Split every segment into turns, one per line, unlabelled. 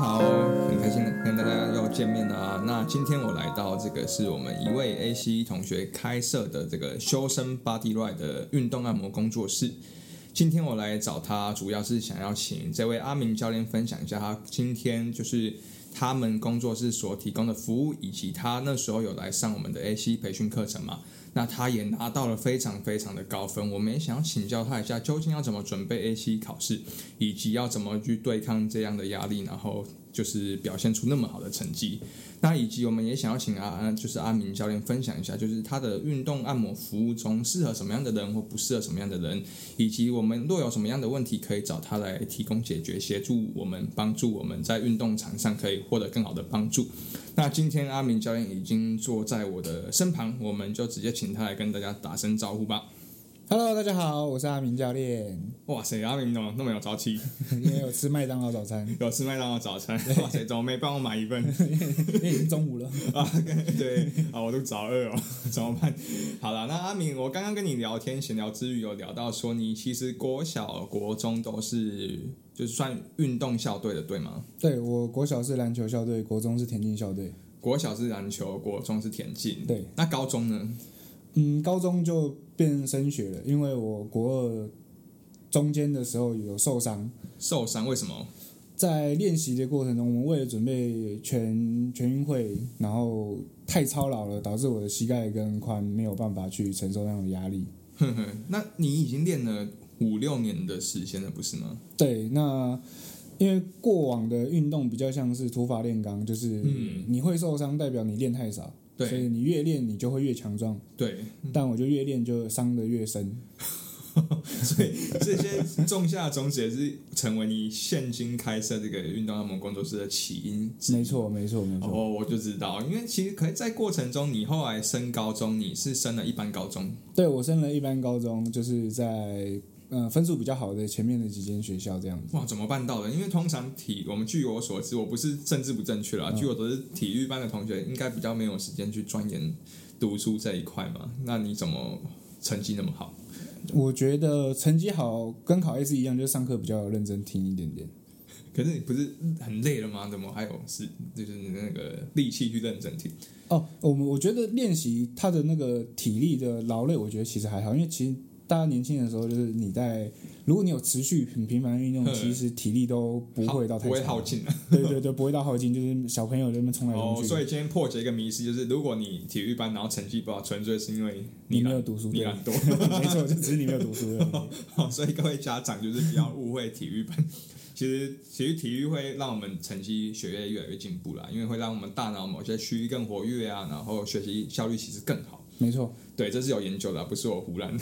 很开心跟大家又见面了啊！那今天我来到这个是我们一位 A C 同学开设的这个修身 Body Right 的运动按摩工作室。今天我来找他，主要是想要请这位阿明教练分享一下他今天就是他们工作室所提供的服务，以及他那时候有来上我们的 A C 培训课程嘛？那他也拿到了非常非常的高分。我们也想要请教他一下，究竟要怎么准备 A C 考试，以及要怎么去对抗这样的压力，然后就是表现出那么好的成绩。那以及我们也想要请阿，就是阿明教练分享一下，就是他的运动按摩服务中适合什么样的人或不适合什么样的人，以及我们若有什么样的问题可以找他来提供解决，协助我们，帮助我们在运动场上可以获得更好的帮助。那今天阿明教练已经坐在我的身旁，我们就直接请他来跟大家打声招呼吧。
Hello，大家好，我是阿明教练，
哇塞，阿明怎么那么有朝气？
因为有吃麦当劳早餐，
有吃麦当劳早餐，哇塞，怎么没帮我买一 份？
因为已经中午了。
啊，对啊，我都早饿哦， 怎么办？好了，那阿明，我刚刚跟你聊天闲聊之余，有聊到说你其实国小、国中都是就是算运动校队的，对吗？
对我国小是篮球校队，国中是田径校队。
国小是篮球，国中是田径，
对。
那高中呢？
嗯，高中就变升学了，因为我国二中间的时候有受伤，
受伤为什么？
在练习的过程中，我们为了准备全全运会，然后太操劳了，导致我的膝盖跟髋没有办法去承受那种压力。
哼哼，那你已经练了五六年的时间了，不是吗？
对，那因为过往的运动比较像是土法炼钢，就是
嗯
你会受伤，代表你练太少。所
对嗯
以你越练你就会越强壮，
对，
但我就越练就伤得越深。
所以这些种下的种子也是成为你现今开设这个运动按摩工作室的起因之一
没错，没错，没错。
哦，我就知道，因为其实可能在过程中，你后来升高中，你是升了一般高中，
对我升了一般高中，就是在呃分数比较好的前面的几间学校这样子。
哇，怎么办到的？因为通常体，我们据我所知，我不是政治不正确啦，
嗯
据我所知，体育班的同学应该比较没有时间去钻研读书这一块嘛。那你怎么成绩那么好？
我觉得成绩好跟考 A 是一样，就是上课比较认真听一点点。
可是你不是很累了吗？怎么还有是就是那个力气去认真听？
哦，我们我觉得练习他的那个体力的劳累，我觉得其实还好，因为其实大家年轻的时候，就是你在如果你有持续很频繁的运 动，
嗯
其实体力都不会到
不
太
会
差
耗。尽啊。
对对对，不会到耗尽，就是小朋友在那边冲来冲
哦，
去。
所以今天破解一个迷思，就是如果你体育班然后成绩不好，纯粹是因为
你没
懒
有读书，
你
对，
懒惰。
没错，就只是你没有读书而 已。
好，哦所以各位家长就是不要误会体育班。其实，其实体育会让我们成绩、学业越来越进步啦，因为会让我们大脑某些区域更活跃啊，然后学习效率其实更好。
没错，
对，这是有研究的啊、 不是我胡乱。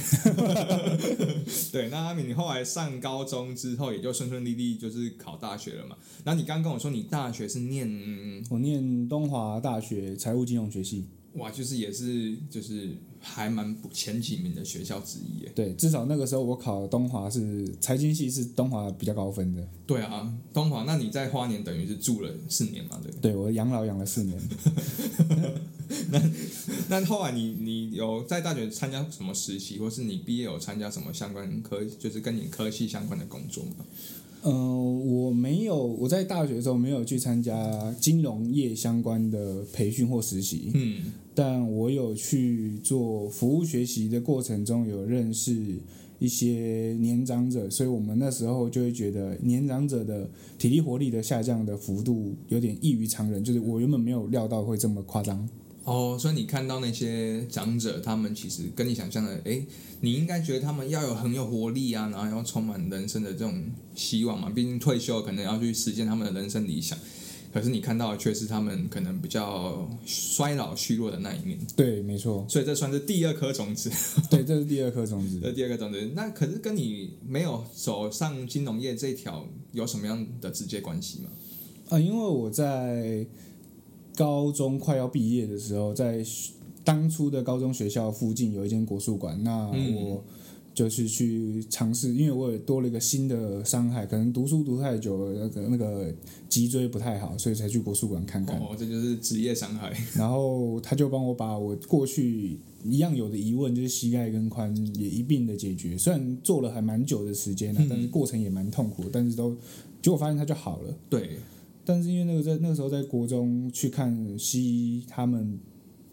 对，那阿敏，你后来上高中之后，也就顺顺利利就是考大学了嘛？然后你刚刚跟我说，你大学是念、嗯
我念东华大学财务金融学系，
哇，就是也是就是还蛮不前几名的学校之一耶。
对，至少那个时候我考东华是财经系是东华比较高分的。
对啊，东华，那你在花莲等于是住了四年嘛？对不对。
对我养老养了四年，
那后来你你有在大学参加什么实习，或是你毕业有参加什么相关科，就是跟你科系相关的工作吗？
呃，我没有我在大学的时候没有去参加金融业相关的培训或实习，
嗯，
但我有去做服务学习的过程中有认识一些年长者，所以我们那时候就会觉得年长者的体力活力的下降的幅度有点异于常人，就是我原本没有料到会这么夸张。
哦，所以你看到那些长者，他们其实跟你想象的，诶，你应该觉得他们要有很有活力啊，然后要充满人生的这种希望嘛。毕竟退休可能要去实现他们的人生理想，可是你看到的却是他们可能比较衰老虚弱的那一面，
对，没错，
所以这算是第二颗种子。
对，这是第二颗种子。
这第二个种子，那可是跟你没有走上金融业这一条有什么样的直接关系吗？
啊，因为我在高中快要毕业的时候，在学当初的高中学校附近有一间国术馆，那
嗯
我就是去尝试，因为我也多了一个新的伤害，可能读书读太久了，那个那个脊椎不太好，所以才去国术馆看看。
哦，这就是职业伤害。
然后他就帮我把我过去一样有的疑问，就是膝盖跟髋也一并的解决。虽然做了
嗯
还蛮久的时间了、但是过程也蛮痛苦，但是都结果发现它就好了。
对，
但是因为那个在那个时候在国中去看西医，他们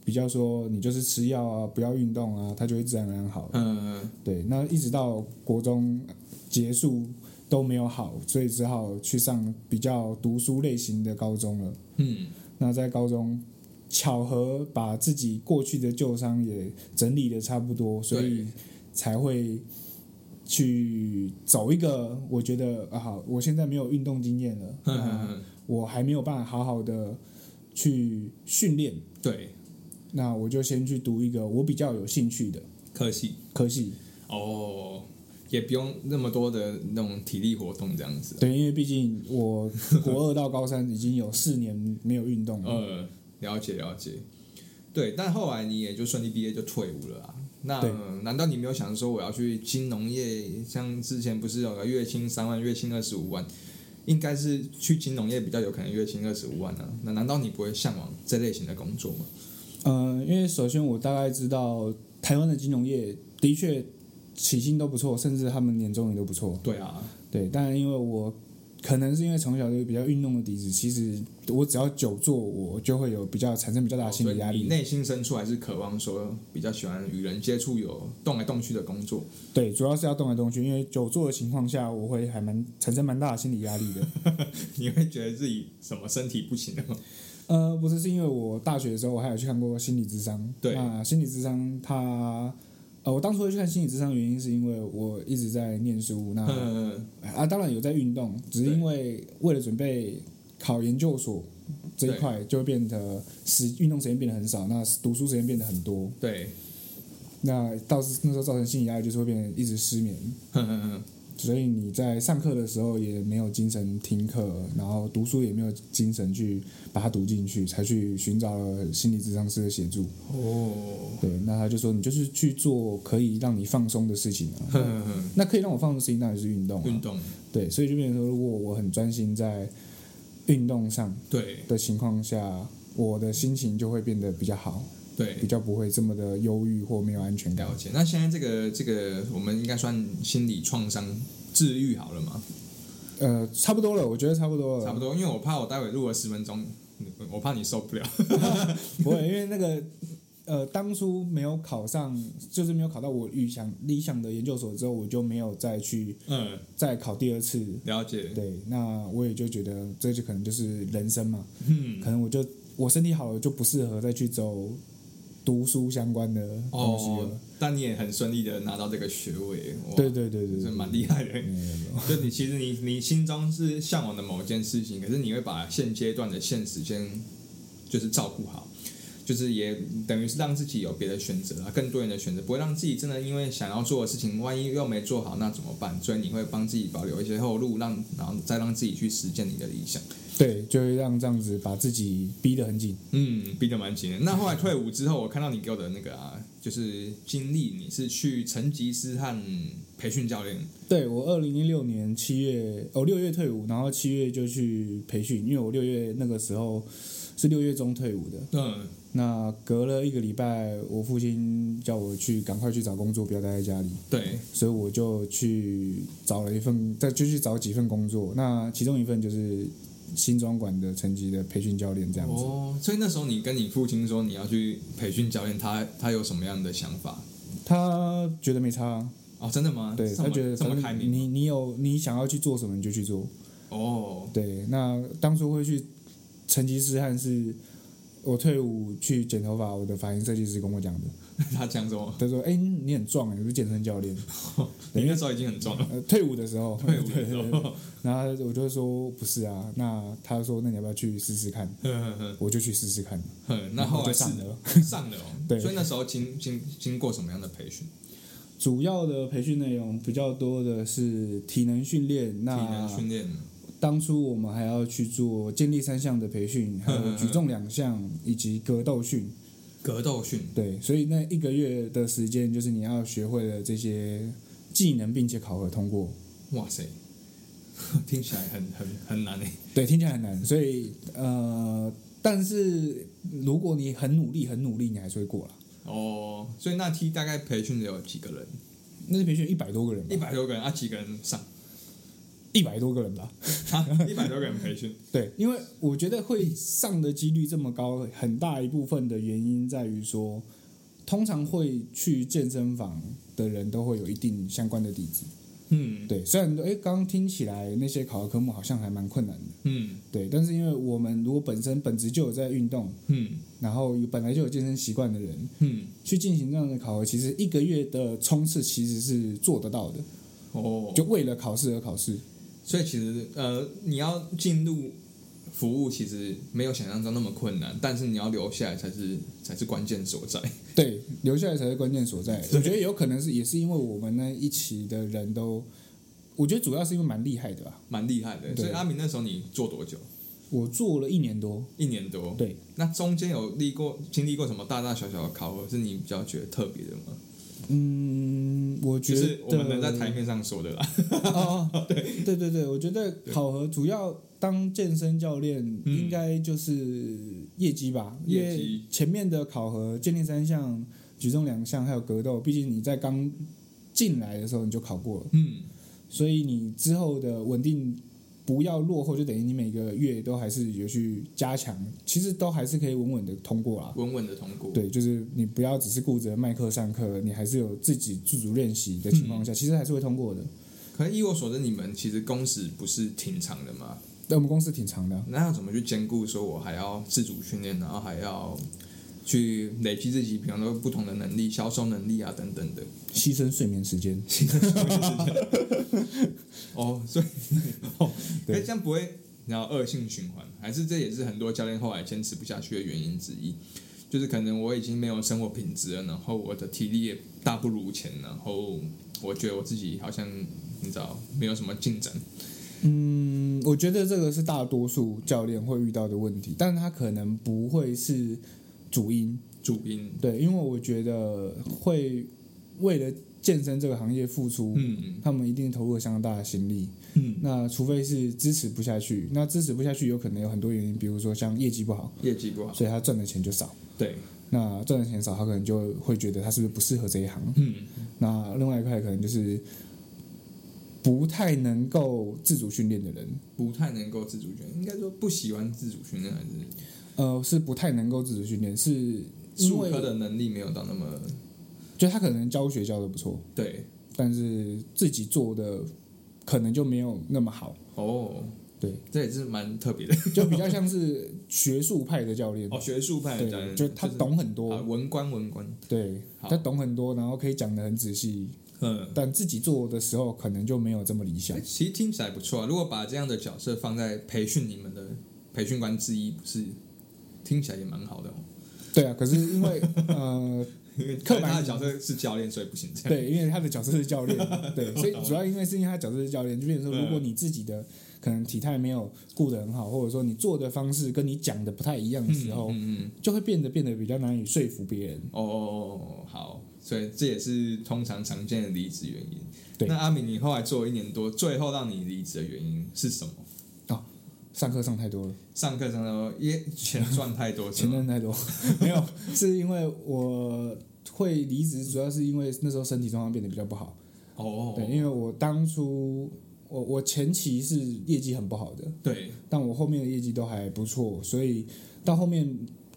比较说你就是吃药啊，不要运动啊，它就会自然而然好了。
嗯，
对，那一直到国中结束都没有好，所以只好去上比较读书类型的高中了。
嗯，
那在高中，巧合把自己过去的旧伤也整理的差不多，所以
对
才会去走一个我觉得啊好，我现在没有运动经验 了，
嗯
那
嗯，
我还没有办法好好的去训练，
对，
那我就先去读一个我比较有兴趣的
科系
科系。
哦，也不用那么多的那种体力活动这样子。
对，因为毕竟我国二到高三已经有四年没有运动了。
呃，了解了解。对，但后来你也就顺利毕业就退伍了啊。那
对
难道你没有想说我要去金融业？像之前不是有个月薪三万、月薪二十五万，应该是去金融业比较有可能月薪二十五万啊。那难道你不会向往这类型的工作吗？
嗯、因为首先我大概知道台湾的金融业的确起薪都不错，甚至他们年终也都不错。
对啊，
对，但因为我可能是因为从小就比较运动的底子，其实我只要久坐，我就会有比较产生比较大的心
所以
理压
你
力。
内心深处还是渴望说比较喜欢与人接触、有动来动去的工作。
对，主要是要动来动去，因为久坐的情况下，我会还蛮产生蛮大的心理压力 的。
你会觉得自己什么身体不行了吗？
呃，不是，是因为我大学的时候我还有去看过心理智商。
对
那心理智商它，呃，我当初会去看心理智商的原因是因为我一直在念书，那、
嗯，
啊，当然有在运动，只是因为为了准备考研究所这一
对
块，就会变得时运动时间变得很少，那读书时间变得很多，
对，
那到时那时候造成心理压力，就是会变得一直失眠。
嗯嗯嗯，
所以你在上课的时候也没有精神听课，然后读书也没有精神去把它读进去，才去寻找了心理咨商师的协助。
哦，
对，那他就说你就是去做可以让你放松的事情啊。
嗯嗯
那可以让我放松的事情，那就是运动、
嗯， 运
啊。
动，
对，所以就变成说，如果我很专心在运动上
对
的情况下，我的心情就会变得比较好，
对
比，较不会这么的忧郁或没有安全感
了。解。那现在这个这个，我们应该算心理创伤治愈好了吗？
呃，差不多了，我觉得差不多了，
差不多，因为我怕我待会录了十分钟，你我怕你受不了。
不会，因为那个呃，当初没有考上，就是没有考到我预想理想的研究所之后，我就没有再去
嗯，
再考第二次。
了解。
对，那我也就觉得这就可能就是人生嘛，
嗯，
可能我就我身体好了就不适合再去走读书相关的东西了。
哦，但你也很顺利的拿到这个学位，哇
对，对对对
哦这
对，
蛮厉害的。
没有没有
就你其实你你心中是向往的某件事情，可是你会把现阶段的现实先就是照顾好，就是也等于是让自己有别的选择啊，更多元的选择，不会让自己真的因为想要做的事情，万一又没做好，那怎么办？所以你会帮自己保留一些后路，让然后再让自己去实践你的理想。
对，就会让这样子把自己逼得很紧。
嗯，逼得蛮紧的。那后来退伍之后，我看到你给我的那个啊，就是经历，你是去成吉思汗培训教练。
对我二零一六年七月，哦六月退伍，然后七月就去培训，因为我六月那个时候是六月中退伍的。
嗯，
那隔了一个礼拜，我父亲叫我去赶快去找工作，不要待在家里，
对，
所以我就去找了一份，再就去找几份工作。那其中一份就是新庄管的成级的培训教练这样子。
哦，所以那时候你跟你父亲说你要去培训教练，他他有什么样的想法？
他觉得没差啊，
哦，真的吗？
对
这
他
么
觉得
这
反
么开
正
明
你你有你想要去做什么你就去做。
哦，
对，那当初会去成吉思汗是。我退伍去剪头发，我的发型设计师跟我讲的。
他讲什么？
他说：“哎、你很壮，你是健身教练。
你那时候已经很壮了，
呃”退伍的时候，
退伍的时候，
然后我就说不是啊，那他说那你要不要去试试看？
哼哼哼
我就去试试看，
哼那
然后
后
就
来是
上了。
上了哦，
对
所以那时候经经经过什么样的培训？
主要的培训内容比较多的是体能训练，
体
那
能训练，
当初我们还要去做健力三项的培训，还有举重两项以及格斗训。
格斗训，
对，所以那一个月的时间就是你要学会了这些技能，并且考核通过。
哇塞， 听起来很很很难欸诶。
对，听起来很难，所以呃，但是如果你很努力，很努力，你还是会过啦。
哦，所以那期大概培训的有几个人？
那是培训一百多个人吧
一，百多个人啊，几个人上？
一百多个人吧。
啊一百多个人培训，
对，因为我觉得会上的几率这么高，很大一部分的原因在于说，通常会去健身房的人都会有一定相关的底子。
嗯
对，虽然哎，刚刚听起来那些考核科目好像还蛮困难的，
嗯
对，但是因为我们如果本身本职就有在运动，
嗯
然后有本来就有健身习惯的人，
嗯，
去进行这样的考核，其实一个月的冲刺其实是做得到的，
哦，
就为了考试而考试。
所以其实呃，你要进入服务其实没有想象中那么困难，但是你要留下来才是才是关键所在。
对，留下来才是关键所在。我觉得有可能是也是因为我们那一期的人都，我觉得主要是因为蛮厉害的吧。
蛮厉害的。
对
所以阿明那时候你做多久？
我做了一年多，
一年多。
对，
那中间有历过经历过什么大大小小的考核，是你比较觉得特别的吗？
嗯，我觉
就
得
是我们能在台面上说的啦。
哦，哦对对对对，我觉得考核主要当健身教练
嗯
应该就是业绩吧，因
业绩
为前面的考核健力三项、举重两项还有格斗，毕竟你在刚进来的时候你就考过了，
嗯，
所以你之后的稳定不要落后，就等于你每个月都还是有去加强，其实都还是可以稳稳的通过啦。
稳稳的通过。，
对，就是你不要只是顾着麦克上课，你还是有自己自主练习的情况
嗯
下，其实还是会通过的。
可是依我所知，你们其实工时不是挺长的嘛？
但我们公司挺长的啊、
那要怎么去兼顾？说我还要自主训练，然后还要去累积自己，比方说不同的能力、销售能力啊等等的。
牺牲睡眠时间。
哦，所以 哦，可
对
是这样不会，然后恶性循环，还是这也是很多教练后来坚持不下去的原因之一，就是可能我已经没有生活品质了，然后我的体力也大不如前，然后我觉得我自己好像你知道没有什么进展，
嗯，我觉得这个是大多数教练会遇到的问题，但他可能不会是主因。
主因，
对，因为我觉得会为了健身这个行业付出，
嗯
他们一定投入了相当大的心力。
嗯，
那除非是支持不下去，那支持不下去有可能有很多原因，比如说像业绩不好，
业绩不好，
所以他赚的钱就少。
对，
那赚的钱少，他可能就会觉得他是不是不适合这一行。
嗯
那另外一块可能就是不太能够自主训练的人，
不太能够自主训练，应该说不喜欢自主训练，还是
呃，是不太能够自主训练，是因
术科
为
的能力没有到那么
就他可能教学教的不错，
对
但是自己做的可能就没有那么好，
哦，
对，
这也是蛮特别的。
就比较像是学术派的教练。
哦，学术派的教
对，
练，
就他懂很
是啊
多，
文官文官，
对
好
他懂很多，然后可以讲的很仔细，
嗯，
但自己做的时候可能就没有这么理想
哎。其实听起来不错啊。如果把这样的角色放在培训你们的培训官之一，不是听起来也蛮好 的哦。
对啊，可是因为呃，
因为
刻板
他的角色是教练，所以不行这样。
对，因为他的角色是教练， 对，所以主要因为是因为他角色是教练，就变
嗯
成说，如果你自己的可能体态没有顾得很好，或者说你做的方式跟你讲的不太一样的时候，
嗯嗯，
就会变得变得比较难以说服别人。
哦哦哦，好，所以这也是通常常见的离职原因。
对
那阿敏，你后来做了一年多，最后让你离职的原因是什么？
上课上太多了，
上课上到也钱赚太多，是
前
吗
任太多，
嗯
没有，是因为我会离职，主要是因为那时候身体状况变得比较不好。
哦哦，
对，因为我当初我我前期是业绩很不好的，
对，
但我后面的业绩都还不错，所以到后面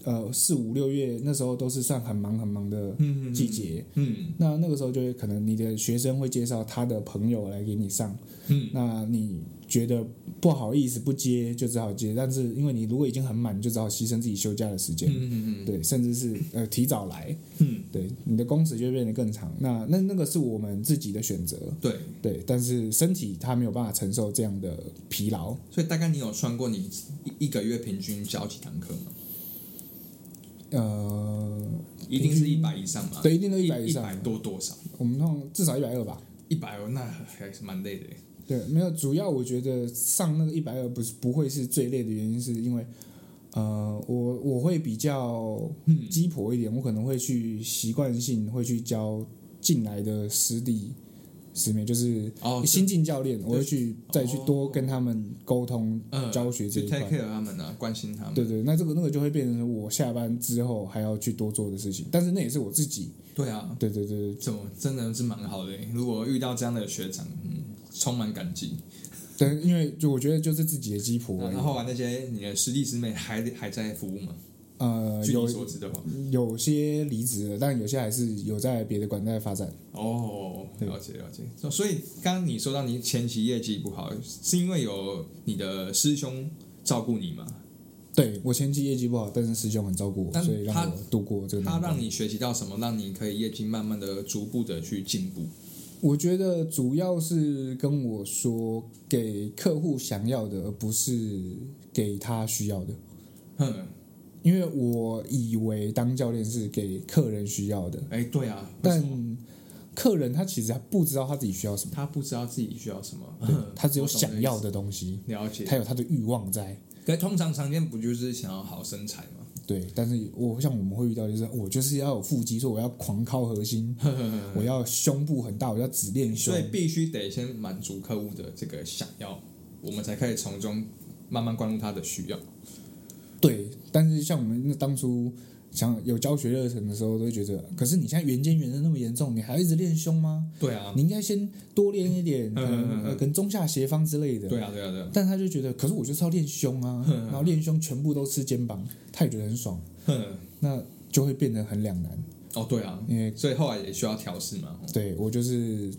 呃四五六月那时候都是算很忙很忙的
嗯嗯
季节。
嗯
那那个时候就会可能你的学生会介绍他的朋友来给你上，
嗯，
那你觉得不好意思不接就只好接，但是因为你如果已经很满，就只好牺牲自己休假的时
嗯
间，
嗯嗯
对，甚至是呃提早来，
嗯，
对，你的工时就会变得更长。那那那个是我们自己的选择，
对。
对，但是身体它没有办法承受这样的疲劳，
所以大概你有算过你一一个月平均教几堂课吗？
呃，
一定是一百以上吗？
对，一定都
一
一百以上
啊一。百多多少？
我们通常至少一百二吧。
一百哦，那还是蛮累的耶。
对，没有，主要我觉得上那个一百二不是不会是最累的原因，是因为呃，我我会比较嗯鸡婆一点，我可能会去习惯性会去教进来的师弟师妹，就是
哦，
新进教练，我会去再去多跟他们沟通
嗯
教学这
就
一
take
块。
care 他们啊，关心他们。
对对，那这个那个就会变成我下班之后还要去多做的事情，但是那也是我自己。
对啊，
对对对对
欸怎么真的是蛮好的耶。如果遇到这样的学长，嗯，充满感激。
但因为就我觉得就是自己的鸡婆
那
而已
那。后来啊那些你的师弟师妹还还在服务吗？
呃，
据你
有
所知的话，
有些离职了，但有些还是有在别的管道发展。
哦，
对
了解了解。所所以刚刚你说到你前期业绩不好，是因为有你的师兄照顾你吗？
对我前期业绩不好，但是师兄很照顾我，
但
所以
他
让我度过这个
他
难关
让。你学习到什么，让你可以业绩慢慢的、逐步的去进步？
我觉得主要是跟我说给客户想要的，而不是给他需要的。
哼，
因为我以为当教练是给客人需要的，
哎，对啊，为什么
但客人他其实他不知道他自己需要什么，
他不知道自己需要什么，
对
哼
他只有
我懂
想要
你
的东西，
意思了解。
他有他的欲望在。
可通常常见不就是想要好身材吗？
对，但是我像我们会遇到，就是我就是要有腹肌，说我要狂靠核 心，我要胸部很大，我要只练胸
所。以必须得先满足客户的这个想要，我们才可以从中慢慢关注他的需要。
对，但是像我们那当初想有教学热忱的时候，都会觉得，可是你现在圆肩圆的那么严重，你还要一直练胸吗？
对啊，
你应该先多练一点，可
嗯嗯
能
嗯
呃可能中下斜方之类的。
对啊，对啊，对啊。
但他就觉得，可是我就是要练胸 啊，然后练胸全部都吃肩膀，他也觉得很爽，
哼，
那就会变得很两难。
哦，对啊，
因为
所以后来也需要调试嘛。
对我就是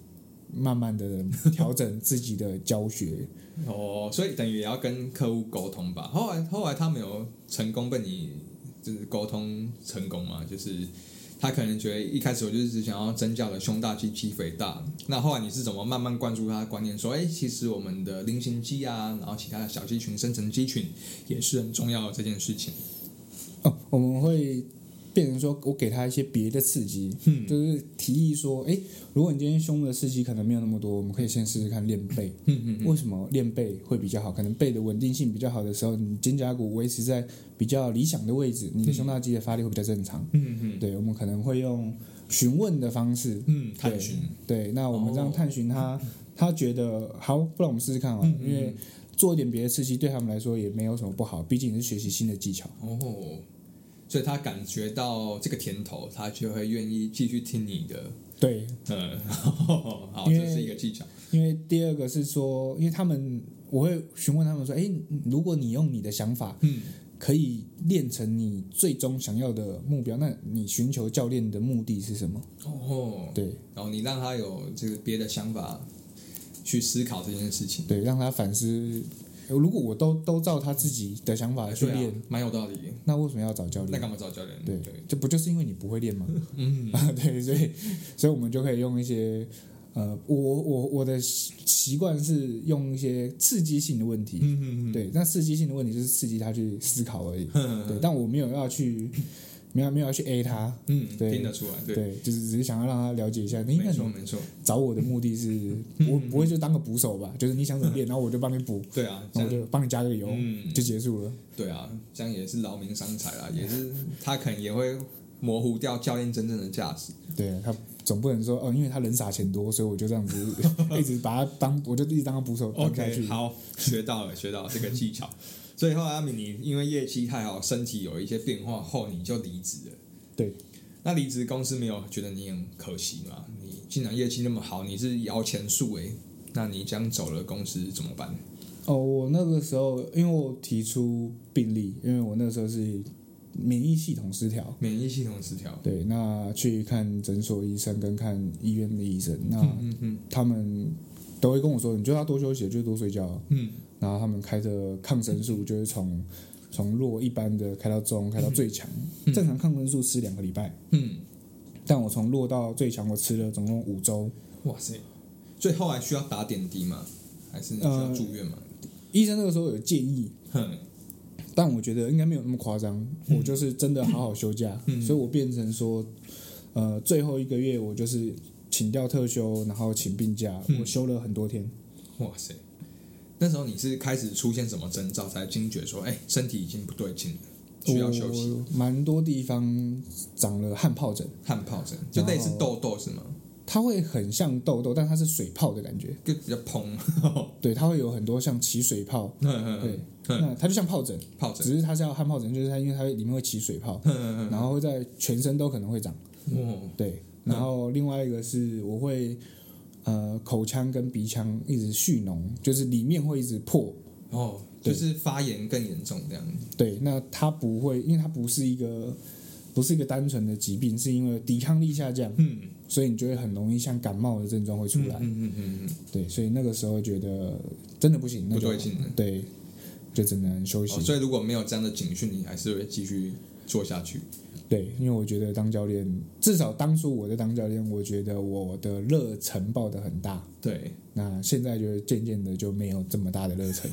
慢慢的调整自己的教学，
哦，所以等于也要跟客户沟通吧。后来后来他们有成功被你就是沟通成功嘛？就是他可能觉得一开始我就是只想要增加了胸大肌肌肥大，那后来你是怎么慢慢灌输他的观念，说哎、其实我们的菱形肌啊，然后其他的小肌群、深层肌群也是很重要的这件事情。
哦，我们会变成说我给他一些别的刺激，
嗯
就是提议说，哎，如果你今天胸的刺激可能没有那么多，我们可以先试试看练背。
嗯嗯嗯，
为什么练背会比较好？可能背的稳定性比较好的时候，你肩胛骨维持在比较理想的位置，你的胸大肌的发力会比较正常。
嗯嗯
对，我们可能会用询问的方式，
嗯，探寻。
对，那我们这样
哦
探寻他，他觉得好，不然我们试试看啊，
嗯嗯
因为做一点别的刺激对他们来说也没有什么不好，毕竟你是学习新的技巧。
哦，所以他感觉到这个甜头，他就会愿意继续听你的。
对，
嗯， 好，
因
这
为
是一个技巧。
因为第二个是说，因为他们我会询问他们说，诶，如果你用你的想法
嗯，
可以练成你最终想要的目标，那你寻求教练的目的是什么？
哦，
对
然后你让他有这个别的想法去思考这件事情，
对，让他反思。如果我都都照他自己的想法去
对
练，
啊，蛮有道理。
那为什么要找教
那
练？
干嘛找教练？
对
嗯对，，
这不就是因为你不会练吗？
嗯，
啊， 对，所以所以我们就可以用一些呃，我我我的习习惯是用一些刺激性的问题，
嗯嗯嗯，
对，那刺激性的问题就是刺激他去思考而已，
嗯
对，但我没有要去， 没有没有要去 A 他，
嗯，
对
听得出来，对，
对，就是只是想要让他了解一下，诶
没
那
错嗯
你
没错，
找我的目的是，我不会就当个捕手吧，就是你想怎么练，然后我就帮你补，
对啊，这
然后我
样
就帮你加个油，
嗯，
哦就结束了。
对啊，这样也是劳民伤财啦，也是他可能也会模糊掉教练真正的价值。
对他总不能说哦，因为他人傻钱多，所以我就这样 子一直把他当，我就一直当他捕手当下
OK，
去。
好，学到了，学到了这个技巧。所以后来阿敏，你因为业绩太好，身体有一些变化后，你就离职了。
对，
那离职公司没有觉得你很可惜吗？你竟然业绩那么好，你是摇钱树诶，那你这样走了，公司怎么办？
哦，我那个时候因为我提出病例，因为我那时候是免疫系统失调，
免疫系统失调。
对，那去看诊所医生跟看医院的医生，那
嗯嗯
他们都会跟我说，你就要多休息，就多睡觉。
嗯，
然后他们开的抗生素就是从从弱一般的开到中，开到最强。
嗯
正常抗生素吃两个礼拜，
嗯，
但我从弱到最强，我吃了总共五周。
哇塞！所以后来需要打点滴吗？还是你需要住院吗？
医生那个时候有建议，
哼，
但我觉得应该没有那么夸张。我就是真的好好休假，
嗯
所以我变成说，呃，最后一个月我就是请掉特休，然后请病假，
嗯
我休了很多天。
哇塞！那时候你是开始出现什么征兆，才惊觉说，哎、身体已经不对劲了，需要休息？
我蛮多地方长了汗疱疹，
汗疱疹，就类似痘痘是吗？
它会很像痘痘，但它是水泡的感觉。
就比较蓬，
对，它会有很多像起水泡。对
对，，
那它就像疱疹，
疱疹，
只是它叫汗疱疹，就是它因为它会里面会起水泡，
嗯
然后会在全身都可能会长。
嗯嗯，
对，然后另外一个是我会呃口腔跟鼻腔一直蓄脓，就是里面会一直破。
哦，就是发炎更严重这样子。
对，那它不会，因为它不是一个不是一个单纯的疾病，是因为抵抗力下降，
嗯，
所以你就会很容易像感冒的症状会出来。
嗯嗯嗯嗯，
对，所以那个时候觉得真的不行，那
不
就
对劲的。
对，就只能休息。
哦，所以如果没有这样的警讯，你还是会继续做下去。
对，因为我觉得当教练，至少当初我在当教练，我觉得我的热忱抱得很大。
对，
那现在就渐渐的就没有这么大的热忱。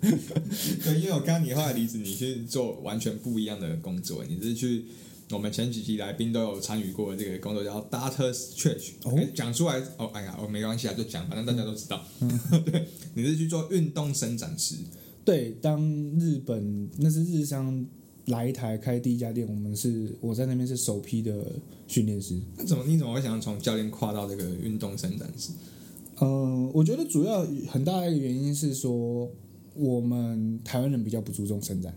对，因为我刚刚你后来离职，你去做完全不一样的工作，你是去我们前几期来宾都有参与过的这个工作，叫 Data Stretch。
哦
诶讲出来哦，哎呀，我没关系啊，就讲，反正大家都知道。
嗯
对，你是去做运动伸展师。
对，当日本那是日商来台开第一家店，我们是我在那边是首批的训练师。
那怎么你怎么会想从教练跨到这个运动伸展师？
嗯，我觉得主要很大一个原因是说，我们台湾人比较不注重伸展。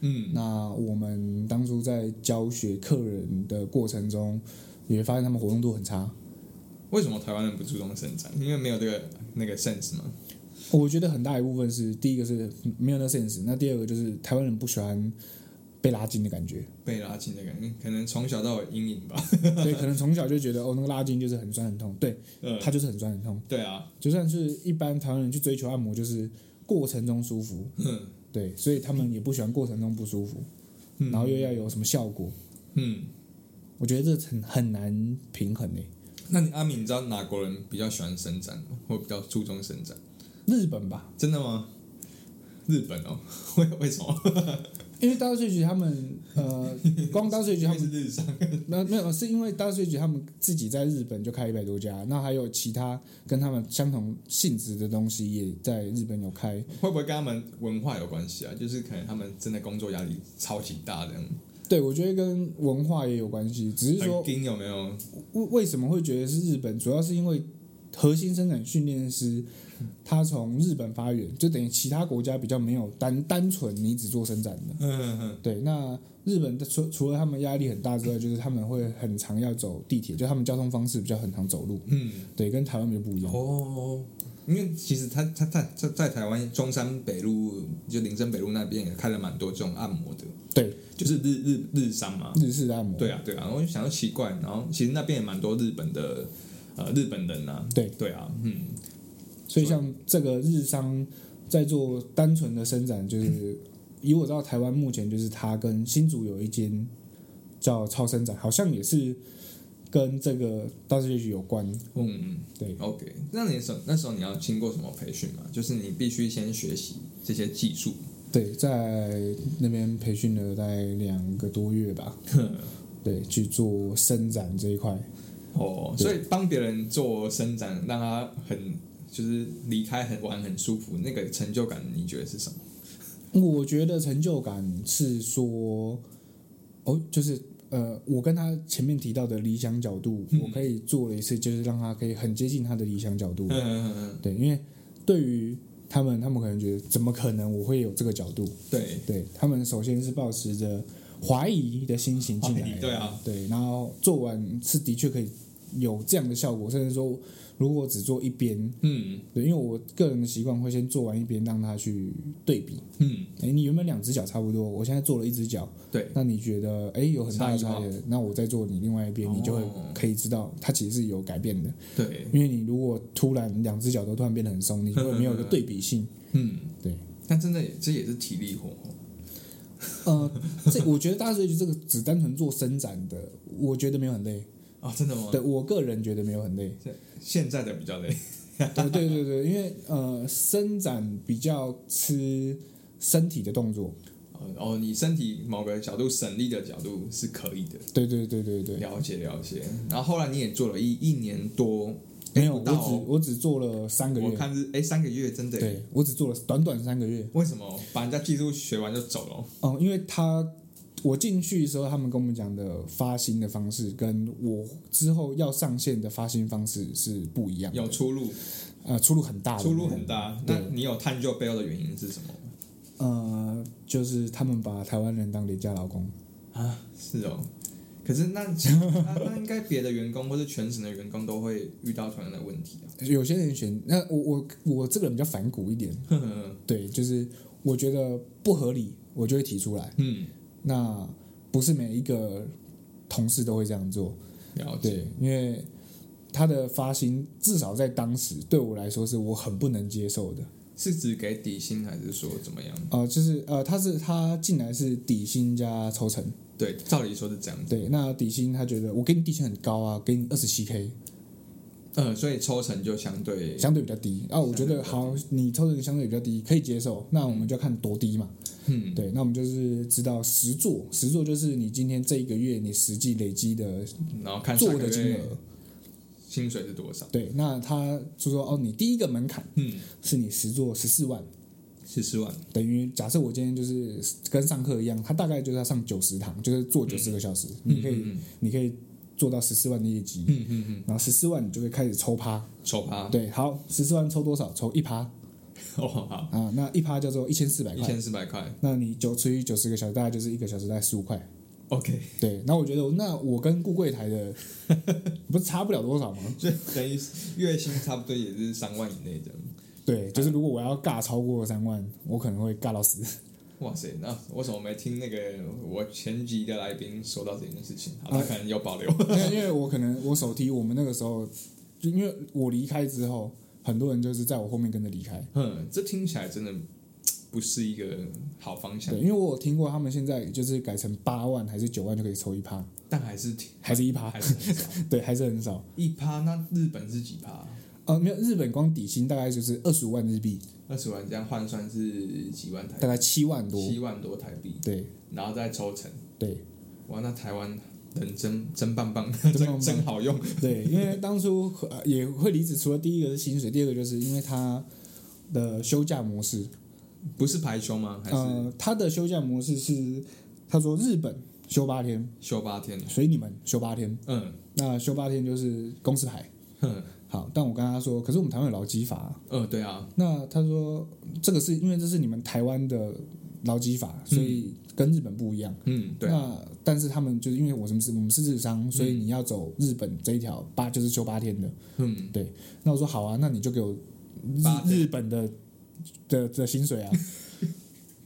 嗯，
那我们当初在教学客人的过程中，也发现他们活动度很差。
为什么台湾人不注重伸展？因为没有这个那个 sense 嘛。
我觉得很大一部分是第一个是没有那 sense，那第二个就是台湾人不喜欢被拉筋的感觉，
被拉筋的感觉，嗯可能从小到有阴影吧。
所以可能从小就觉得哦，那个拉筋就是很酸很痛，对，
嗯，
它就是很酸很痛。
对啊，
就算是一般台湾人去追求按摩，就是过程中舒服，
嗯
对，所以他们也不喜欢过程中不舒服，
嗯
然后又要有什么效果，
嗯。
我觉得这很很难平衡欸诶。
那你阿敏，你知道哪国人比较喜欢伸展吗？或比较注重伸展？
日本吧，
真的吗？日本哦， 为为什么？
因为大税局他们呃，光大税局
因
他
为
们
是日商。
那没有，是因为大税局他们自己在日本就开一百多家，那还有其他跟他们相同性质的东西也在日本有开。
会不会跟他们文化有关系啊？就是可能他们真的工作压力超级大这样，
对，我觉得跟文化也有关系，只是
很
说
硬有没有？
为为什么会觉得是日本，主要是因为核心生产训练师他从日本发源，就等于其他国家比较没有单单纯你只做生产的。
嗯嗯
对，那日本的除除了他们压力很大之外，就是他们会很常要走地铁，就他们交通方式比较很常走路，
嗯，
对，跟台湾比较不一样。
哦。因为其实他他他在在台湾中山北路就林森北路那边也开了蛮多这种按摩的，
对，
就是日日日商嘛，
日式的按摩。
对啊，对啊，然后我就想到奇怪，然后其实那边也蛮多日本的呃日本人啊，
对
对啊，嗯，
所以像这个日商在做单纯的生产，就是以我知道台湾目前就是他跟新竹有一间叫超生展，好像也是跟这个大世界局有关。
嗯
对，
，OK，那你什那时候你要经过什么培训嘛？就是你必须先学习这些技术，
对，在那边培训了大概两个多月吧。对，去做伸展这一块，
哦，所以帮别人做伸展，让他很就是离开很玩很舒服，那个成就感你觉得是什么？
我觉得成就感是说，哦，就是呃，我跟他前面提到的理想角度，我可以做了一次，就是让他可以很接近他的理想角度。
嗯，
对，因为对于他们，他们可能觉得怎么可能我会有这个角度？
对，
对他们首先是抱持着怀疑的心情进
怀
来
疑，对啊，
对，然后做完是的确可以有这样的效果，甚至说如果只做一边，
嗯
对，因为我个人的习惯会先做完一边，让他去对比。
嗯，
哎，你原本两只脚差不多，我现在做了一只脚，
对，
那你觉得哎有很大的差
差异
别，那我再做你另外一边，你就会
哦
可以知道它其实是有改变的。
对，
因为你如果突然两只脚都突然变得很松，你就会没有一个对比性。
嗯
对。
但真的也这也是体力活哦，
呃，这我觉得大学这个只单纯做伸展的，我觉得没有很累。
啊，真的吗？
对我个人觉得没有很 累。
现在的比较累。
对对对对，因为呃，伸展比较吃身体的动作。
哦哦，你身体某个角度省力的角度是可以的，
对对对对对，
了解了解。然后后来你也做了一一年多，诶
没
不
有，我
到
只
哦
我只做了三个
我
月。
看是哎三个月，真的耶。
对我只做了短短三个月。
为什么把人家技术学完就走了？
嗯，因为他我进去的时候，他们跟我们讲的发薪的方式，跟我之后要上线的发薪方式是不一样的，
有出路，
呃出入很大的，
出入很。大。
对
那你有探究背后的原因是什么？
呃，就是他们把台湾人当廉价劳工，
啊，是哦，可是那那那应该别的员工或者全省的员工都会遇到同样的问题啊。
有些人选那我我我这个人比较反骨一点，对，就是我觉得不合理，我就会提出来。
嗯，
那不是每一个同事都会这样做，
了解
对。，因为他的发薪至少在当时对我来说是我很不能接受的。
是指给底薪还是说怎么样？
呃，就是呃，他是他进来是底薪加抽成，
对，照理说是这样子。
对，那底薪他觉得我给你底薪很高啊，给你二十七 K，
嗯，所以抽成就相对
相对比较低啊，我觉
相对
得
比较
好，你抽成相对比较低，可以接受，那我们就看多低嘛，
嗯
对，那我们就是知道实做，实做就是你今天这一个月你实际累积的
然后看下
做
个
的金
月
额，
薪水是多少。
对，那他就说哦，你第一个门槛
嗯，
是你实做十四万，
十四万。
等于假设我今天就是跟上课一样，他大概就是要上九十堂，就是做九十个小时，你可以、
嗯
你可以做到十四万的业绩，
嗯嗯嗯，
然后十四万你就会开始抽趴，
抽趴。
对，好，十四万抽多少？抽一趴
哦，好，
啊，那一趴叫做一千四百
一
块，
千四百块。
那你九除以九十个小时，大概就是一个小时大概十五块。
OK，
对，那我觉得那我跟顾柜台的不是差不了多少吗？
所以等于月薪差不多也是三万以内这样。
对，就是如果我要尬超过三万，我可能会尬到死。
哇塞，那我怎么没听那个我前集的来宾说到这件事情？好，
哎
他可能有保留。
因为因为我可能我手提，我们那个时候，就因为我离开之后，很多人就是在我后面跟着离开。
嗯，这听起来真的嘖不是一个好方向
对，，因为我有听过他们现在就是改成八万还是九万就可以抽一趴，
但还是挺
还是 一趴，
还是很少。
对，还是很少。
一趴，那日本是几趴？
呃，没有，日本光底薪大概就是二十五万日币，
二十万这样换算是几万台
大
币？
概七万多。
七万多台币，
对
然后再抽成。
对
哇，那台湾人真真棒棒，
棒
真
棒
真好用。
对，因为当初呃也会离职，除了第一个是薪水，第二个就是因为他的休假模式，
不是排休吗？还是
呃，他的休假模式是他说日本休八天，
休八天？
所以你们休八天。
嗯
那休八天就是公司牌。
哼，
好，但我跟他说，可是我们台湾有劳基法啊。
呃，对啊，
那他说，这个是因为这是你们台湾的劳基法，所以跟日本不一样。
嗯，对啊，
那但是他们就是因为我们是我们是日商，所以你要走日本这一条八就是休八天的。
嗯，
那我说好啊，那你就给我
八天
日日本的的的薪水啊。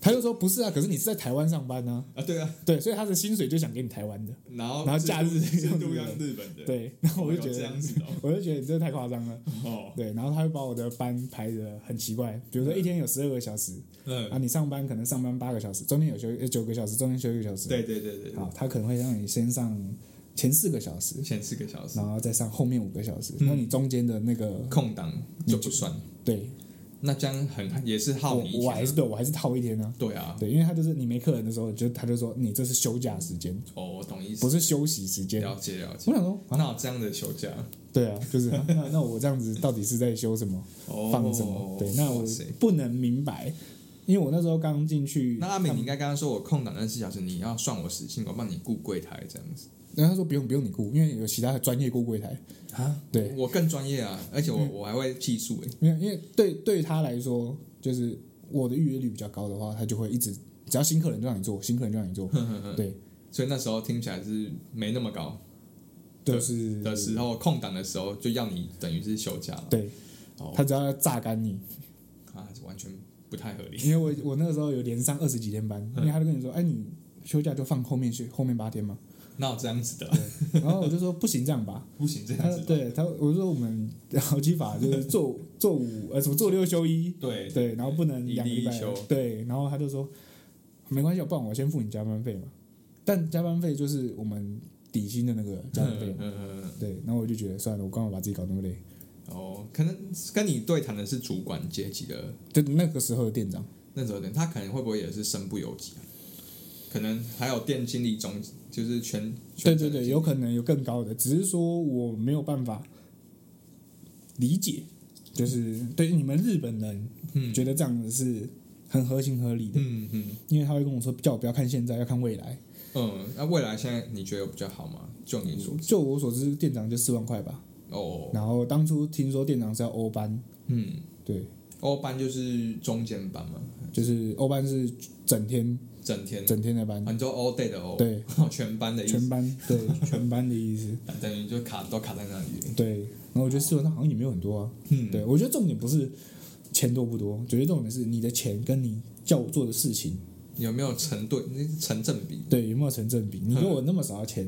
他就说不是啊，可是你是在台湾上班啊，
啊，对啊，
对，所以他的薪水就想给你台湾的，
然后
然后
制度
假日
制
用
度
日
要
本
日本 的，
对。然后我就
有
觉
这
得
样子的
我就觉得你这太夸张了，
哦，
对，然后他会把我的班排的很奇怪，比如说一天有十二个小时，
嗯，
啊，你上班可能上班八个小时，中间有休呃九个小时，中间休一个小时，，
对对对对
好，他可能会让你先上前四个小时
对，，前四个小时
然后再上后面五个小时，
嗯
那你中间的那个
空档就不算，
对，
那这样很也是耗
我
你一
我还
天啊。
是对我还是套一天呢、
对啊，
对，因为他就是你没客人的时候，就他就说你这是休假时间，
哦，我懂意思
不，是休息时间。
了解了解
我。想说，啊
那有这样的休假，
对啊，就是那那我这样子到底是在休什么？
哦，
放什么？对，那我
哇塞
不能明白，因为我那时候刚进去，
那阿美，你应该刚刚说我空档那四小时，你要算我时薪，我帮你雇柜台这样子
然后他说不用不用你雇，因为有其他的专业雇柜台，
啊？
对
我更专业啊，而且我我还会技术欸诶。
没有，因为对对他来说，就是我的预约率比较高的话，他就会一直只要新客人就让你做，新客人就让你做，对，
所以那时候听起来是没那么高
就是
的时候，空档的时候就要你等于是休假了，
对
哦，
他只要榨干你，
啊，完全不太合理。
因为我我那个时候有连上二十几天班，因为他就跟你说，哎，你休假就放后面去后面八天嘛，
那有这样子的，
然后我就说不行这样吧，
不行这
他
样子的，
对他我说我们劳基法就是做做五呃什么做六休一，
对
对，然后不能
一
两个
例
礼
一
拜
休，
对，然后他就说没关系，不然我先付你加班费嘛。但加班费就是我们底薪的那个加班费
嗯嗯，嗯嗯
对。然后我就觉得算了，我干嘛把自己搞那么累？
哦，可能跟你对谈的是主管阶级的
就那个时候的店长，
那时候人，他可能会不会也是身不由己啊？可能还有店经理总，就是全
对
全
对
责的
对，
经
有可能有更高的，只是说我没有办法理解，就是对你们日本人
嗯
觉得这样子是很合情合理的，
嗯嗯
因为他会跟我说叫我不要看现在，要看未来。
嗯，那、未来现在你觉得有比较好吗？就你所知
就我所知，店长就四万块吧。
哦，
然后当初听说店长是要欧班，
嗯，
对，
欧班就是中间班嘛，
就是欧班是整天
整天，
整天的班，
很多 all day 的哦，
对，
全班的意
全
思，
班对 全班的意思。
等于就卡都卡在那里。
对，然后我觉得四文他好像也没有很多啊。
嗯，
对，我觉得重点不是钱多不多，觉得重点是你的钱跟你叫我做的事情，
有没有成对那是成正比？
对有没有成正比？你给
嗯
我那么少的钱，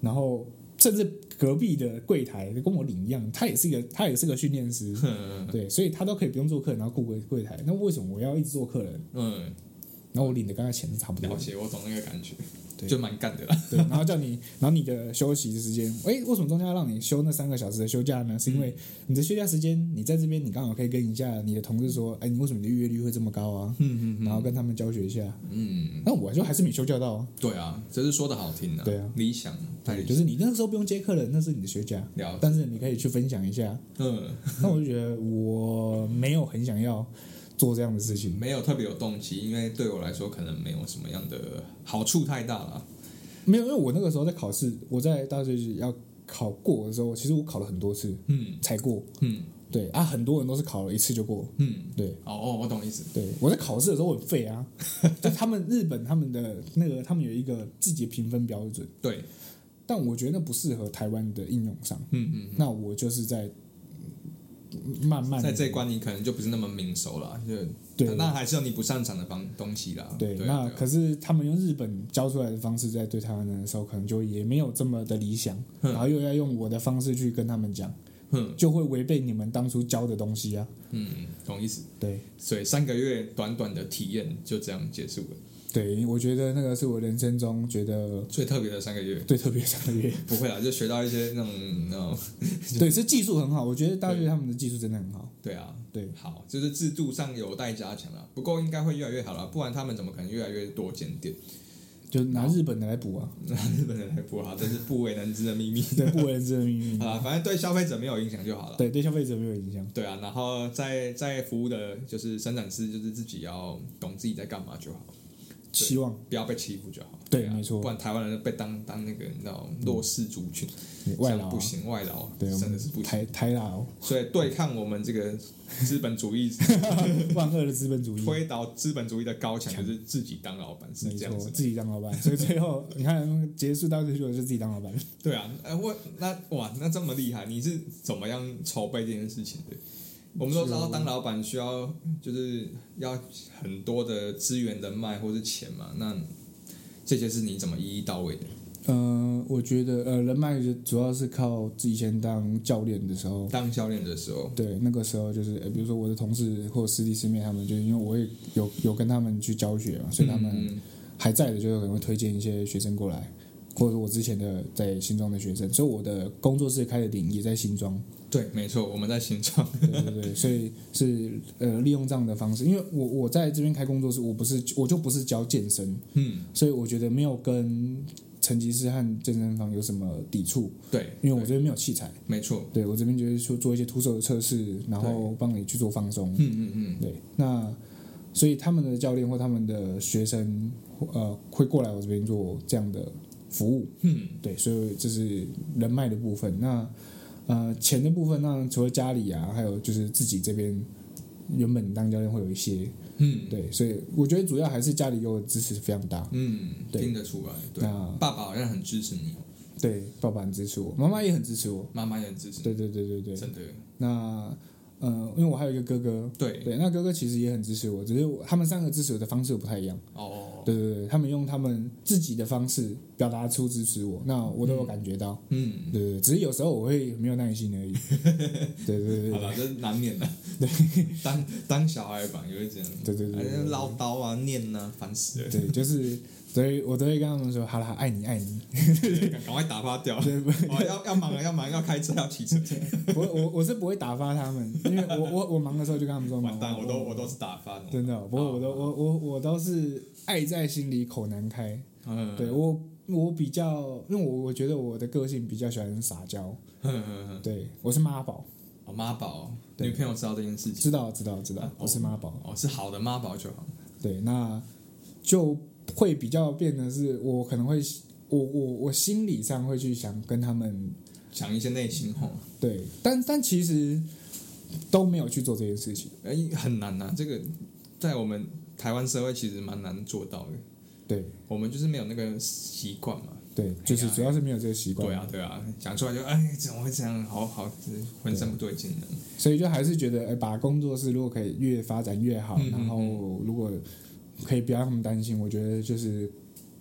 然后甚至隔壁的柜台跟我领一样，他也是一个他也是个训练师，
嗯
对，所以他都可以不用做客人，然后顾柜柜台，那为什么我要一直做客人？
嗯，
然后我领的跟他钱是差不多
了
的，
解，我懂那个感觉，
对
就蛮干的啦。
对，然后叫你，然后你的休息时间，诶，为什么中间要让你休那三个小时的休假
嗯
呢？是因为你的休假时间，你在这边，你刚好可以跟一下你的同事说，哎，你为什么你的预约率会这么高啊？
嗯
然后跟他们教学一下。
嗯，
那我就还是没休假到啊，
对啊，只是说的好听啊，
对啊，
理想太理
就
想
是你那个时候不用接客人，那是你的休假，
了解，
但是你可以去分享一下。
嗯，
那我就觉得我没有很想要做这样的事情，
没有特别有动机，因为对我来说可能没有什么样的好处太大了。
没有，因为我那个时候在考试，我在大学要考过的时候，其实我考了很多次
嗯
才过。
嗯
对啊，很多人都是考了一次就过。
嗯，
对，
哦哦，我懂意思。
对，我在考试的时候我很废啊， 就他们日本他们的那个他们有一个自己的评分标准，
对，
但我觉得那不适合台湾的应用上。
嗯嗯。
那我就是在嗯慢慢
在这一关你可能就不是那么明熟啦，就
对
那还是有你不擅长的方东西啦。
对，
对啊
那
对啊
可是他们用日本教出来的方式在对台湾人的时候，可能就也没有这么的理想，
嗯
然后又要用我的方式去跟他们讲，
哼，
就会违背你们当初教的东西啊。
嗯，懂意思。
对，
所以三个月短短的体验就这样结束了，
对，我觉得那个是我人生中觉得
最特别的三个月。
最特别上个月。
不会啦，就学到一些那种哦那种，
对，是技术很好，我觉得大学他们的技术真的很好。
对啊，
对，
好，就是制度上有待加强啦，不过应该会越来越好啦，不然他们怎么可能越来越多间店？
就拿日本的来补啊，
那日本人还不好，这是不为人知的秘密
对，不为人知的秘密
好，啦，啊反正对消费者没有影响就好了。
对，对消费者没有影响。
对啊，然后在在服务的就是生产师，就是自己要懂自己在干嘛就好，
希望
不要被欺负就好。
对
啊
没错
不然台湾人被当当那个你知道弱势族群，
你外
这
劳
样
啊
不，行，外劳
对，我
真的
们
是不行。
台台 劳，啊
所以对抗我们这个资本主 义，
万恶的资本主义，
推倒资本主义的高墙，就是自己当老板，是
没
这
错
样，子。
自己当老板。所以最后你看结束到这去，我就自己当 老板。
对啊，哎、我那哇，那这么厉害，你是怎么样筹备这件事情的？我们都知道，当老板需要就是要很多的资源、人脉或是钱嘛。那这些是你怎么一一到位的？
嗯，我觉得呃，人脉就主要是靠自己先当教练的时候。
当教练的时候，
对，那个时候就是，呃比如说我的同事或师弟师妹他们，就是因为我也有有跟他们去教学嘛，所以他们
嗯
还在的，就是可能会推荐一些学生过来，或者是我之前的在新庄的学生，所以我的工作室开的点也在新庄，
对，没错，我们在新创，
对对对，所以是呃利用这样的方式，因为我我在这边开工作室，我不是我就不是教健身，
嗯，
所以我觉得没有跟成吉思汗健身房有什么抵触，
对，
因为我
对
这边没有器材，
没错，
对我这边就是说做一些徒手的测试，然后帮你去做放松，
嗯嗯嗯，
对，那所以他们的教练或他们的学生，呃，会过来我这边做这样的服务。
嗯，
对，所以这是人脉的部分。那呃，钱的部分，那除了家里啊，还有就是自己这边原本当教练会有一些，
嗯，
对，所以我觉得主要还是家里给我的支持非常大。
嗯，
对
听得出来，对，
那
爸爸好像很支持你，
对，爸爸很支持我，妈妈也很支持我。
妈妈也很支持
对对对对
你，
对。
真的，
那呃，因为我还有一个哥哥，
对，
对，那哥哥其实也很支持我，只是我他们三个支持我的方式不太一样。
哦，
对对对，他们用他们自己的方式表达出支持我，那我都有感觉到。
嗯，
对对对，只是有时候我会没有耐 心而已。对对对
好了，这是难免的。当当小孩吧，也会这样，
对对对
还
对
是唠叨啊、念啊，烦死了，
对，就是，所以我都会跟他们说：“好啦，爱你爱你。
赶赶快打发掉。哦，要要忙了，要忙了，要开车，要骑 车，
我”我我是不会打发他们，因为我我我忙的时候就跟他们说：“
完
忙。
蛋，
忙
我都我都是打发的。
哦真的，啊哦不过我
哦
都我我我都是爱在心里，口难开。
嗯，
对我我比较，因为我我觉得我的个性比较喜欢撒娇，
嗯嗯嗯，
对我是妈宝，
哦，妈宝，
对
女朋友知道这件事情，
知道知道知道，我是妈宝。
哦，是好的妈宝就好。
对，那就会比较变得是我可能会，我我我心理上会去想跟他们
讲一些内心话，
对，但但其实都没有去做这件事情。
啊哎，很难呐，这个在我们台湾社会其实蛮难做到的，
对
我们就是没有那个习惯嘛。
对，就是
哎呀
主要是没有这个习惯，
对啊，对啊，讲出来就哎，怎么会这样？好好，就是浑身不对劲的。
所以就还是觉得，哎、把工作室如果可以越发展越好，
嗯嗯
然后如果可以不要那么担心，我觉得就是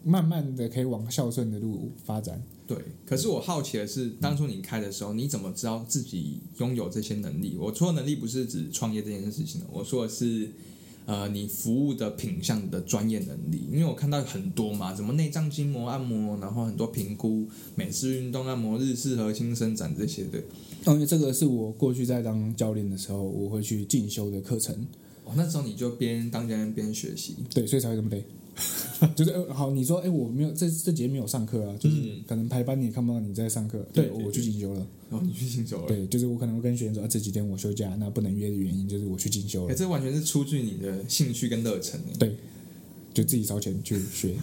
慢慢的可以往孝顺的路发展。
对，可是我好奇的是，当初你开的时候，你怎么知道自己拥有这些能力？我说的能力不是指创业这件事情的，我说的是，呃，你服务的品相的专业能力。因为我看到很多嘛，什么内脏筋膜按摩，然后很多评估、美式运动按摩、日式核心伸展这些的。
嗯，因为这个是我过去在当教练的时候，我会去进修的课程，
哦，那时候你就边当教练边学习。
对，所以才会这么累。 就是、呃好，你说，哎、我没有这这节没有上课啊，就是
嗯
可能排班你也看不到你在上课，
对对
我去进修了。
哦，你去新手了。
对，就是我可能会跟学员说、啊这几天我休假，那不能约的原因就是我去进修
哎，
了，
这完全是出自你的兴趣跟热忱耶
就自己烧钱去学。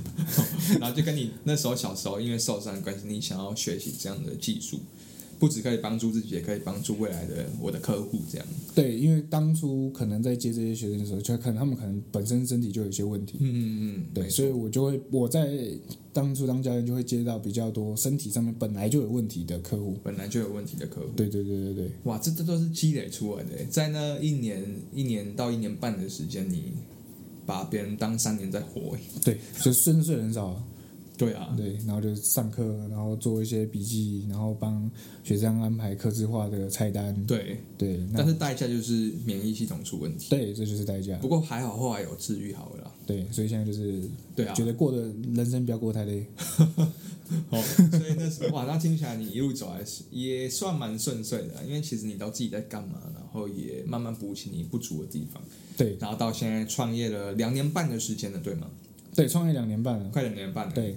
然后就跟你那时候小时候因为受伤的关系，你想要学习这样的技术，不只可以帮助自己，也可以帮助未来的我的客户这样。
对，因为当初可能在接这些学生的时候，就可能他们可能本身身体就有一些问题，
嗯嗯
对，所以我就会我在当初当教练就会接到比较多身体上面本来就有问题的客户。
本来就有问题的客户。
对对对对对，
哇，这这都是积累出来的耶，欸在那一年、一年到一年半的时间，你把别人当三年在活耶。欸
对，就真的睡得很少啊，
对啊，
对，然后就上课，然后做一些笔记，然后帮学生安排客制化的菜单，
对，
对，那
但是代价就是免疫系统出问题。
对，这就是代价
不，过还好后来有治愈好了啦。
对，所以现在就是
对啊，
觉得过的人生不要过得太累，
哦，所以那时候哇，那听起来你一路走来是也算蛮顺遂的啊，因为其实你都自己在干嘛，然后也慢慢补齐你不足的地方，
对
然后到现在创业了两年半的时间了，对吗？
对，创业两年半了，
快两年半了。，
对，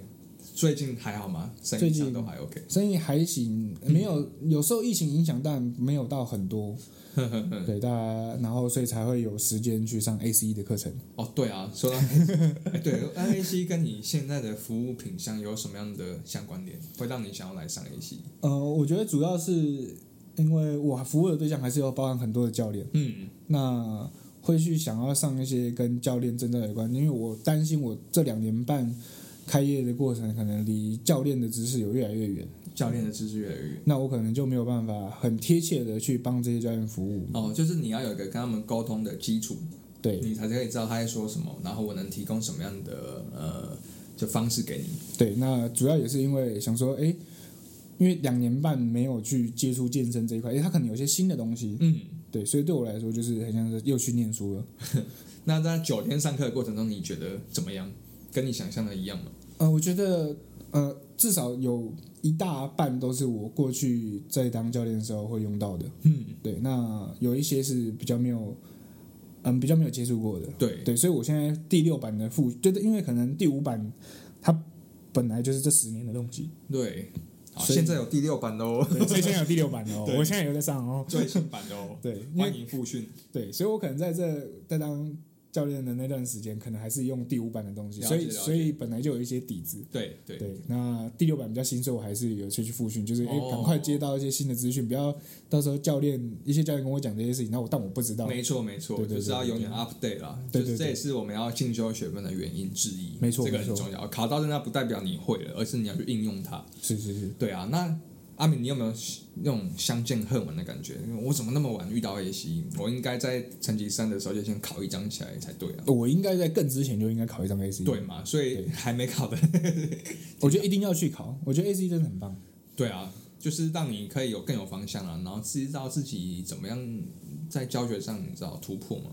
最近还好吗？生
最
意
近
上都还 OK。
生意还行，没有有受疫情影响，但没有到很多。对，大家然后所以才会有时间去上 ACE 的课程。
哦，对啊， 说到哎，对，NAC 跟你现在的服务品相有什么样的相关联，会让你想要来上 AC？
呃，我觉得主要是因为我服务的对象还是要包含很多的教练，
嗯，
那会去想要上一些跟教练证照有关，因为我担心我这两年半开业的过程，可能离教练的知识有越来越远，
教练的知识越来越远。
那我可能就没有办法很贴切的去帮这些教练服务。
哦，就是你要有一个跟他们沟通的基础，
对
你才可以知道他在说什么，然后我能提供什么样的呃就方式给你。
对，那主要也是因为想说，哎，因为两年半没有去接触健身这一块，哎，他可能有些新的东西，
嗯，
对，所以对我来说就是很像是又去念书了。
那在九天上课的过程中，你觉得怎么样？跟你想象的一样吗？
呃，我觉得呃，至少有一大半都是我过去在当教练的时候会用到的。
嗯，
对，那有一些是比较没有，嗯，比较没有接触过的。
对，
对，所以我现在第六版的复，就是因为可能第五版它本来就是这十年的 东西，
对，好，
所以
现在有第六版的 哦，
对所以现在有第六版的哦
对，
我现在有在上哦。
最新版的哦，
对，因为
欢迎复训。
对，所以我可能在这在当教练的那段时间，可能还是用第五版的东西，
了解
所以
了解
所以本来就有一些底子。
对对
对，那第六版比较新，所以我还是有去去复训，就是哎，
哦
赶快接到一些新的资讯，不要到时候教练一些教练跟我讲这些事情，那我但我不知道，
没错没错，
对对
就是要
对对
永远 update 啦，
对
就
对
是这也
对
是我们要进修学分的原因之一。
没错
这个
没
很
错
重要。考到证它不代表你会了，而是你要去应用它。
是是是，
对啊，那阿敏，你有没有那种相见恨晚的感觉？我怎么那么晚遇到 A C？我应该在成绩三的时候就先考一张起来才对啊，
我应该在更之前就应该考一张 AC，
对，嘛？所以还没考的，
我觉得一定要去考，我觉得 AC 真的很棒，
对啊，就是让你可以有更有方向啊，然后知道自己怎么样在教学上你知道突破嘛？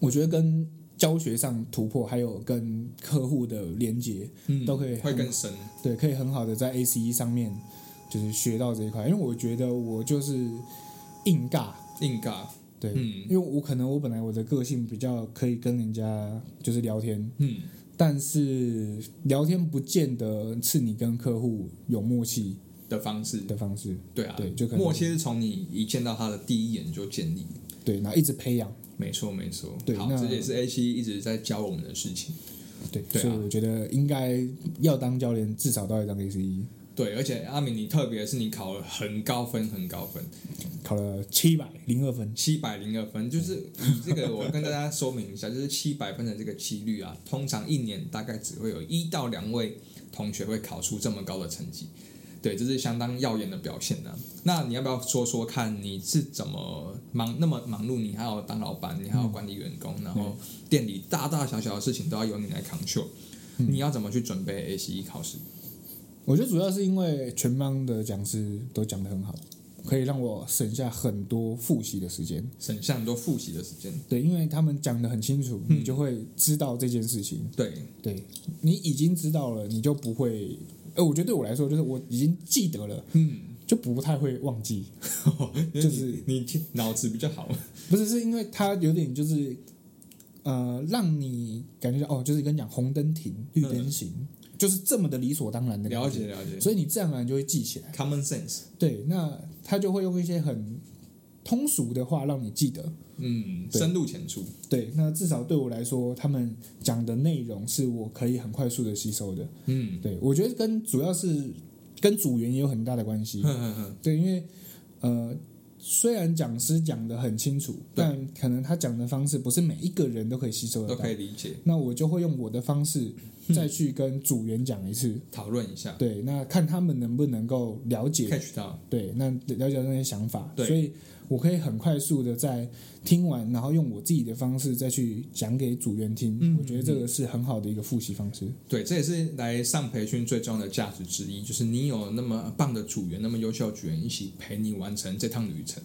我觉得跟教学上突破，还有跟客户的连接，
嗯
都可以
会更深，
对，可以很好的在 AC 上面就是学到这一块，因为我觉得我就是硬尬，
硬尬，
对，
嗯
因为我可能我本来我的个性比较可以跟人家就是聊天，
嗯，
但是聊天不见得是你跟客户有默契
的方式，
的方式，
对啊，
对就可能
默契是从你一见到他的第一眼就建立。
对，然后一直培养，
没错，没错。
对
好，
那
这也是 A 七一直在教我们的事情。
对，
对啊
所以我觉得应该要当教练，至少到一张 E， AC，
对，而且阿明，你特别是你考了很高分，很高分，
考了七百零二分。
七百零二分，就是以这个我跟大家说明一下，就是七百分的这个几率啊，通常一年大概只会有一到两位同学会考出这么高的成绩，对，这是相当耀眼的表现呢、那你要不要说说看你是怎么忙那么忙碌，你还要当老板，你还要管理员工，然后店里大大小小的事情都要由你来 control，、你要怎么去准备 ACE 考试？
我觉得主要是因为全班的讲师都讲得很好，可以让我省下很多复习的时间。
省下很多复习的时间。
对，因为他们讲得很清楚，
嗯
你就会知道这件事情。
对，
对你已经知道了，你就不会。呃，我觉得对我来说，就是我已经记得了，
嗯，
就不太会忘记。
就是你你脑子比较 好。
不是，是因为它有点就是，呃，让你感觉到哦，就是跟你讲红灯停，绿灯行，就是这么的理所当然的感
嗯了
觉。
解了解
所以你自然而然就会记起来。
，common sense。
对，那他就会用一些很通俗的话让你记得。
嗯，
对
深入浅出。
对，那至少对我来说，他们讲的内容是我可以很快速的吸收的。
嗯，
对，我觉得跟主要是跟组员也有很大的关系。
哼哼哼
对，因为呃，虽然讲师讲的很清楚，
对
但可能他讲的方式不是每一个人都可以吸收得
都
到
可。以嗯理解，
那我就会用我的方式再去跟组员讲一次，
讨论一下
对，那看他们能不能够了解，
，catch 到。
对，那了解那些想法，
对
所以我可以很快速的在听完，然后用我自己的方式再去讲给组员听，
嗯
我觉得这个是很好的一个复习方式。
对，这也是来上培训最重要的价值之一，就是你有那么棒的组员，那么优秀的组员一起陪你完成这趟旅程。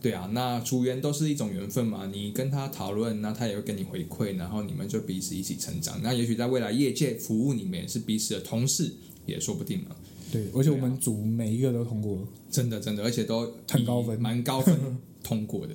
对啊，那组员都是一种缘分嘛，你跟他讨论，那他也会给你回馈，然后你们就彼此一起成长。那也许在未来业界服务你们也是彼此的同事，也说不定嘛。
对，而且我
对啊
们组每一个都通过了。
真的真的，而且都
很高分
以蛮高分通过的，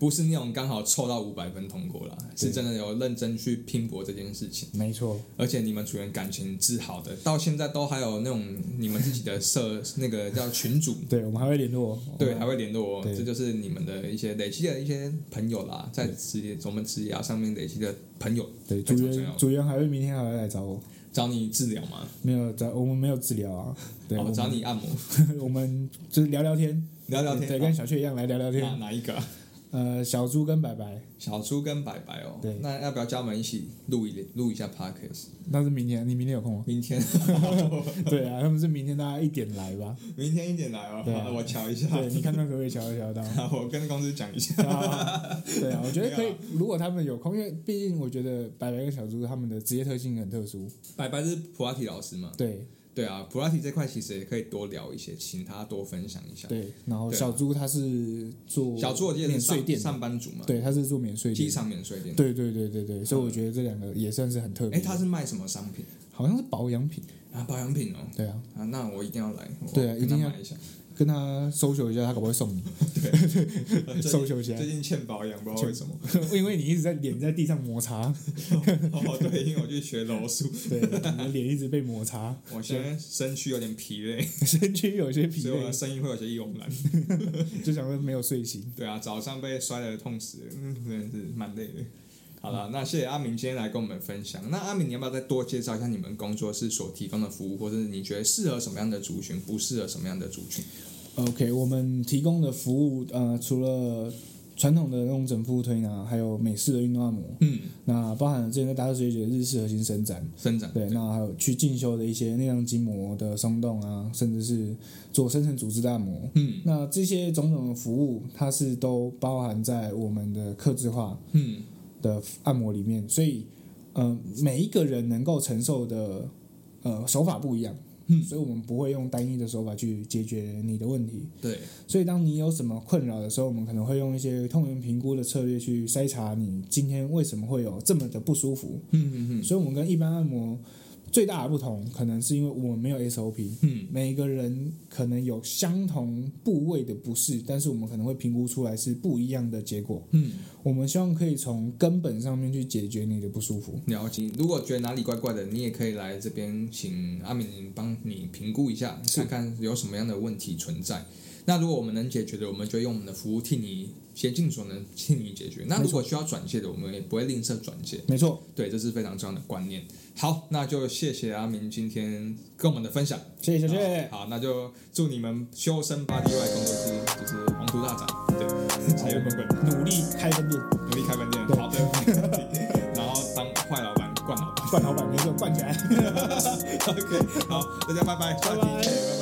不是那种刚好凑到五百分通过啦，是
对
真的有认真去拼搏这件事情。
没错，
而且你们组员感情是好的，到现在都还有那种你们自己的社 那个叫群组，
对，我们还会联络。
对，还会联络哦。
哦对
这就是你们的一些累积的一些朋友啦，在职业我们职业上面累积的朋友
对，
非
组
常重要
员组员还会明天还会来找我，
找你治疗嘛，
没有找我们没有治疗啊，对，
哦
我，
找
们
你按摩
我们就是聊聊天，
聊聊
对，
天
跟
啊。
小雀一样来聊聊
哪
天。
哪一个啊？
呃，小猪跟白白
小猪跟白白哦
对，
那要不要叫我们一起录一录一下 podcast？？
那是明天，你明天有空 吗
明天，
对啊，他们是明天大家一点来吧，
明天一点来哦，
对啊
好我瞧一下，
对你看看可不可以瞧一瞧到。
好我跟公司讲一下。
啊对 啊，我觉得可
没有
以。如果他们有空，因为毕竟我觉得白白跟小猪他们的职业特性很特殊。
白白是普拉提老师嘛？
对
对啊，普拉提这块其实也可以多聊一些，请他多分享一下。
对，然后
对啊
小猪他是做
小猪我记得
免
是
税
上
店的，
上班族嘛，，
对，他是做免税店
机。场免税店。，
对对对对对，所以我觉得这两个也算是很特别
哎，
的。
他是卖什么商品
好像是保养品，
啊？保养品哦。
对啊，
啊，那我一定要来，我
对啊
跟他
一定要
买一 下。
跟他搜求一下，他可不会送你，
最近
搜求一下
最，近欠保养，不知道为什么。
因为你一直在脸在地上摩擦，
哦，对，因为我去学柔术，
对，你的脸一直被摩擦，
我现在身躯有点疲累，
身躯有些疲
所以我
累
的，声音会有些慵懒。
就想说没有睡醒。
对啊，早上被摔得痛死了，嗯，真的是蛮累的。好了，那谢谢阿明今天来跟我们分享。那阿明，你要不要再多介绍一下你们工作室所提供的服务，或者是你觉得适合什么样的族群，不适合什么样的族群？
OK，我们提供的服务，呃，除了传统的那种整腹推拿，还有美式的运动按摩，
嗯，
那包含了之前在大师学姐的日式核心伸展，
伸展
对，那还有去进修的一些内脏筋膜的松动啊，甚至是做深层组织的按摩。
嗯
那这些种种的服务，它是都包含在我们的客制化
嗯，
的按摩里面，所以，呃，每一个人能够承受的呃手法不一样，
嗯
所以我们不会用单一的手法去解决你的问题。
对，
所以，当你有什么困扰的时候，我们可能会用一些痛源评估的策略去筛查你今天为什么会有这么的不舒服。
嗯嗯嗯
所以，我们跟一般按摩最大的不同，可能是因为我们没有 SOP。
嗯，
每个人可能有相同部位的不适，但是我们可能会评估出来是不一样的结果。
嗯，
我们希望可以从根本上面去解决你的不舒服。
了解。如果觉得哪里怪怪的，你也可以来这边请阿明帮你评估一下，看看有什么样的问题存在。那如果我们能解决的，我们就用我们的服务替你竭尽所能替你解决。那如果需要转介的，我们也不会吝啬转介。
没错，
对，这是非常重要的观念。好，那就谢谢阿明今天跟我们的分享。
谢谢小谢，
好，那就祝你们修身八地外工作室就是宏图大展，对，财源滚滚，
努力开分店，
努力开分店，
对
好的， 然后当坏老板，惯老板。
冠老板没错，冠起来。
OK，好，大家拜拜，下期见，拜拜。